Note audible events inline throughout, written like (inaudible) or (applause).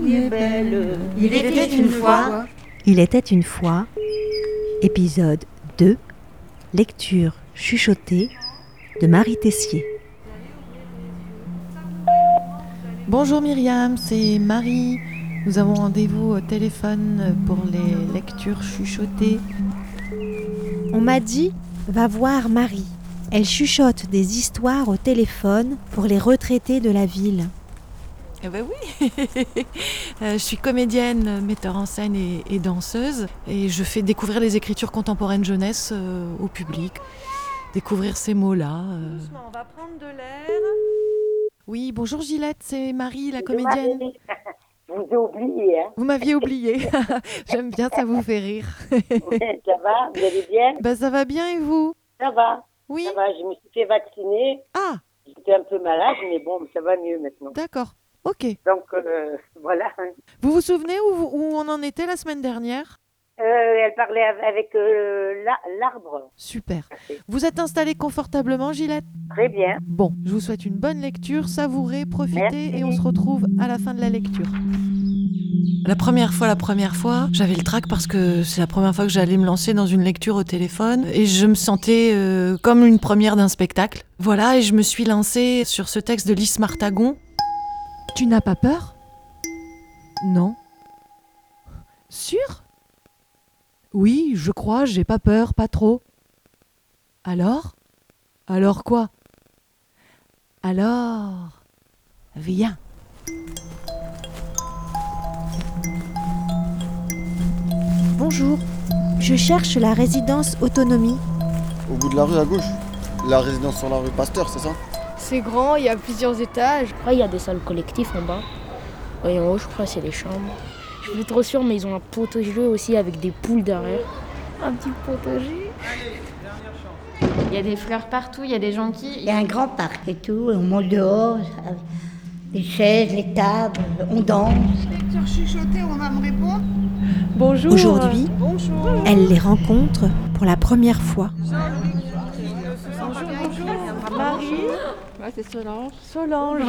il est belle. Il était une fois. Il était une fois, épisode 2, lecture chuchotée de Marie Tessier. Bonjour Myriam, c'est Marie. Nous avons rendez-vous au téléphone pour les lectures chuchotées. On m'a dit Va voir Marie. Elle chuchote des histoires au téléphone pour les retraités de la ville. Eh ben oui (laughs) Euh, Je suis comédienne, metteur en scène et, et danseuse. Et je fais découvrir les écritures contemporaines jeunesse euh, au public. Découvrir ces mots-là. euh. on va prendre de l'air. Oui, bonjour Gillette, c'est Marie, la comédienne. Marie, Je vous ai oublié, hein. Vous m'aviez oublié. (laughs) J'aime bien, ça vous fait rire. ça va Vous allez bien Ben ça va bien et vous Ça va, Oui ça va. Je me suis fait vacciner. Ah, J'étais un peu malade, mais bon, ça va mieux maintenant. d'accord. Ok. Donc, euh, (laughs) voilà. hein. Vous vous souvenez où, vous- où on en était la semaine dernière Euh, elle parlait av- avec euh, la- l'arbre. Super. Vous êtes installé confortablement, Gillette Très bien. Bon, je vous souhaite une bonne lecture, savourez, profitez Merci. et on se retrouve à la fin de la lecture. La première fois, la première fois, j'avais le trac parce que c'est la première fois que j'allais me lancer dans une lecture au téléphone et je me sentais euh, comme une première d'un spectacle. Voilà, et je me suis lancée sur ce texte de Lys Martagon. Tu n'as pas peur Non. Sûr Oui, je crois, j'ai pas peur, pas trop. Alors Alors quoi alors, viens. Bonjour, je cherche la résidence autonomie. Au bout de la rue à gauche, la résidence sur la rue Pasteur, c'est ça C'est grand, il y a plusieurs étages. Après, il y a des salles collectives en bas. Et en haut, je crois, c'est les chambres. Je suis trop sûr, mais ils ont un potager aussi avec des poules derrière. Un petit potager. Il y a des fleurs partout, il y a des gens qui... Il y a un grand parc et tout, et on monte dehors, avec les chaises, les tables, on danse. Lecture chuchotée, on va me répondre. Bonjour. Aujourd'hui, Bonjour. elle les rencontre pour la première fois. Marie, c'est Solange. Solange.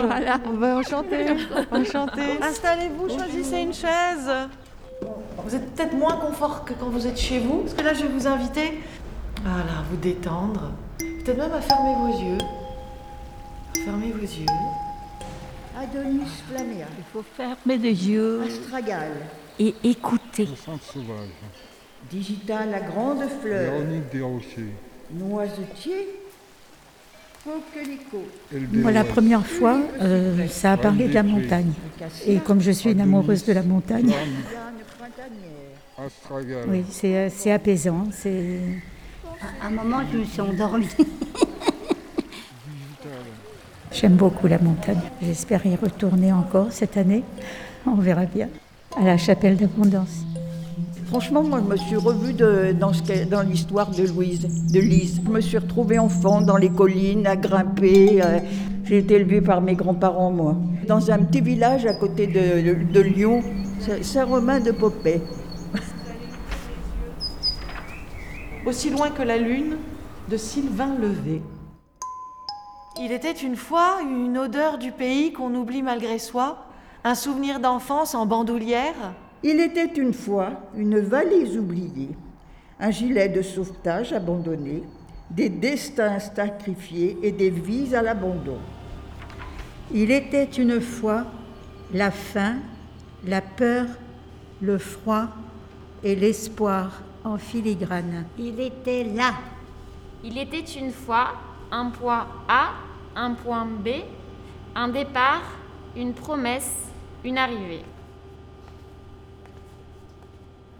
On va enchanter. Enchanter. Installez-vous, choisissez une chaise. Vous êtes peut-être moins confort que quand vous êtes chez vous, parce que là, je vais vous inviter à là, vous détendre. Peut-être même à fermer vos yeux. Fermez vos yeux. Adonis Flammea, Il faut fermer les yeux. Astragal, Et écoutez, Digita la grande Euh, fleur, Véronique Desrochers, noisetier, Coquelicot, LBOS, Moi, la première fois, euh, ça a parlé de la montagne. Et comme je suis une amoureuse de la montagne, Jeanne Printanière. Astragal, oui, c'est euh, c'est apaisant. c'est- À un moment, je me suis endormie. J'aime beaucoup la montagne. J'espère y retourner encore cette année. On verra bien. À la chapelle d'abondance. Franchement, moi, je me suis revue de- dans, ce qu'est- dans l'histoire de Louise, de Lise. Je me suis retrouvée enfant dans les collines, à grimper. euh, J'ai été élevée par mes grands-parents, moi. Dans un petit village à côté de, de- de Lyon, Saint- Saint-Romain de Popée. Aussi loin que la lune, de Sylvain Levé. Il était une fois une odeur du pays qu'on oublie malgré soi, un souvenir d'enfance en bandoulière. Il était une fois une valise oubliée, un gilet de sauvetage abandonné, des destins sacrifiés et des vies à l'abandon. Il était une fois la faim, la peur, le froid et l'espoir en filigrane. Il était là, (laughs) Il était une fois un point A, un point B, un départ, une promesse, une arrivée.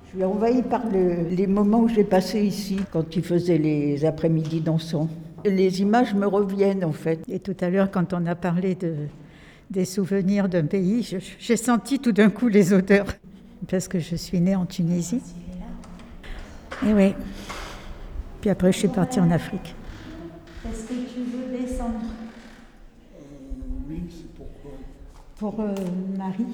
Je suis envahie par le- les moments que j'ai passés ici, quand ils faisaient les après-midi dansants. Les images me reviennent en fait. Et tout à l'heure, quand on a parlé de, des souvenirs d'un pays, je- j'ai senti tout d'un coup les odeurs, parce que je suis née en Tunisie. Et oui. Puis après, je suis partie en Afrique. Est-ce que tu veux descendre Oui, c'est pourquoi Pour euh, Marie.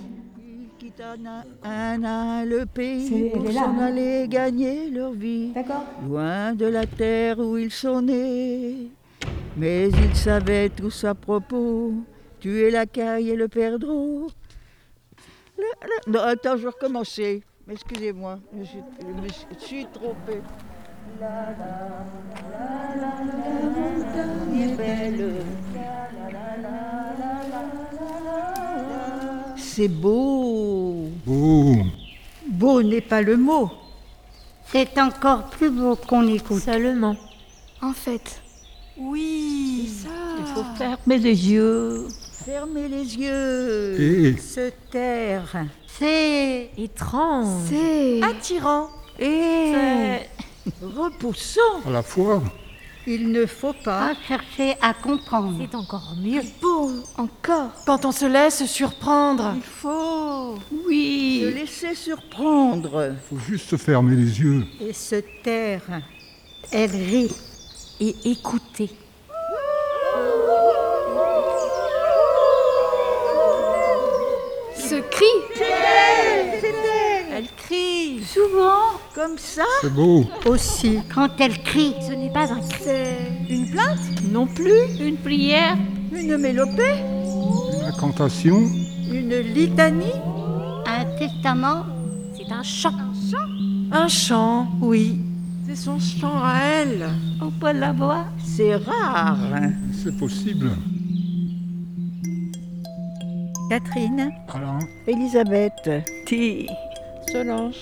Quitte un, un, un, le pays C'est- elle pour est là, s'en hein. aller gagner leur vie. D'accord. Loin de la terre où ils sont nés, mais ils savaient tous à propos tuer la caille et le perdreau. Non, attends, je vais recommencer. Excusez-moi, je, suis- je me suis- je suis trompée. C'est beau. Ouh. Beau n'est pas le mot. C'est encore plus beau qu'on écoute. Seulement. En fait. Oui. Il faut fermer les yeux. Fermer les yeux. Et- Se taire. C'est étrange. C'est attirant. Et repoussant. À la fois. Il ne faut pas Ah chercher à comprendre. C'est encore mieux. Beau encore. Quand on se laisse surprendre. Il faut. Oui. Se laisser surprendre. Faut juste fermer les yeux. Et se taire. Elle rit. Et écouter. Ce cri Elle crie. Souvent. Comme ça. C'est beau. Aussi. Quand elle crie. Ce n'est pas un cri. Une plainte Non plus. Une prière. Une mélopée La cantation. Une litanie Un testament C'est un chant. Un chant, oui. C'est son chant à elle. On peut la voir. C'est rare. C'est possible. Catherine. Alors, Elisabeth. Ti. Solange.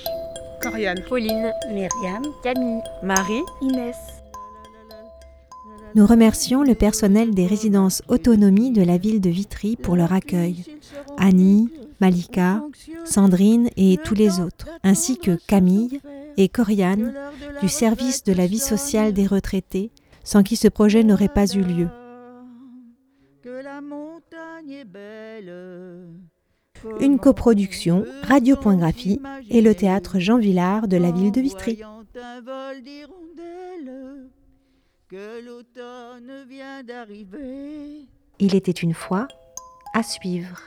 Corianne. Pauline, Myriam. Camille, Marie, Inès. Nous remercions le personnel des résidences autonomie de la ville de Vitry pour leur accueil. Annie, Malika, Sandrine et tous les autres, ainsi que Camille et Corianne du service de la vie sociale des retraités, sans qui ce projet n'aurait pas eu lieu. Que la montagne est belle. Une coproduction, Radio.graphie et le théâtre Jean Villard de la ville de Vitry. Voyant un vol d'hirondelles, que l'automne vient d'arriver. Il était une fois à suivre.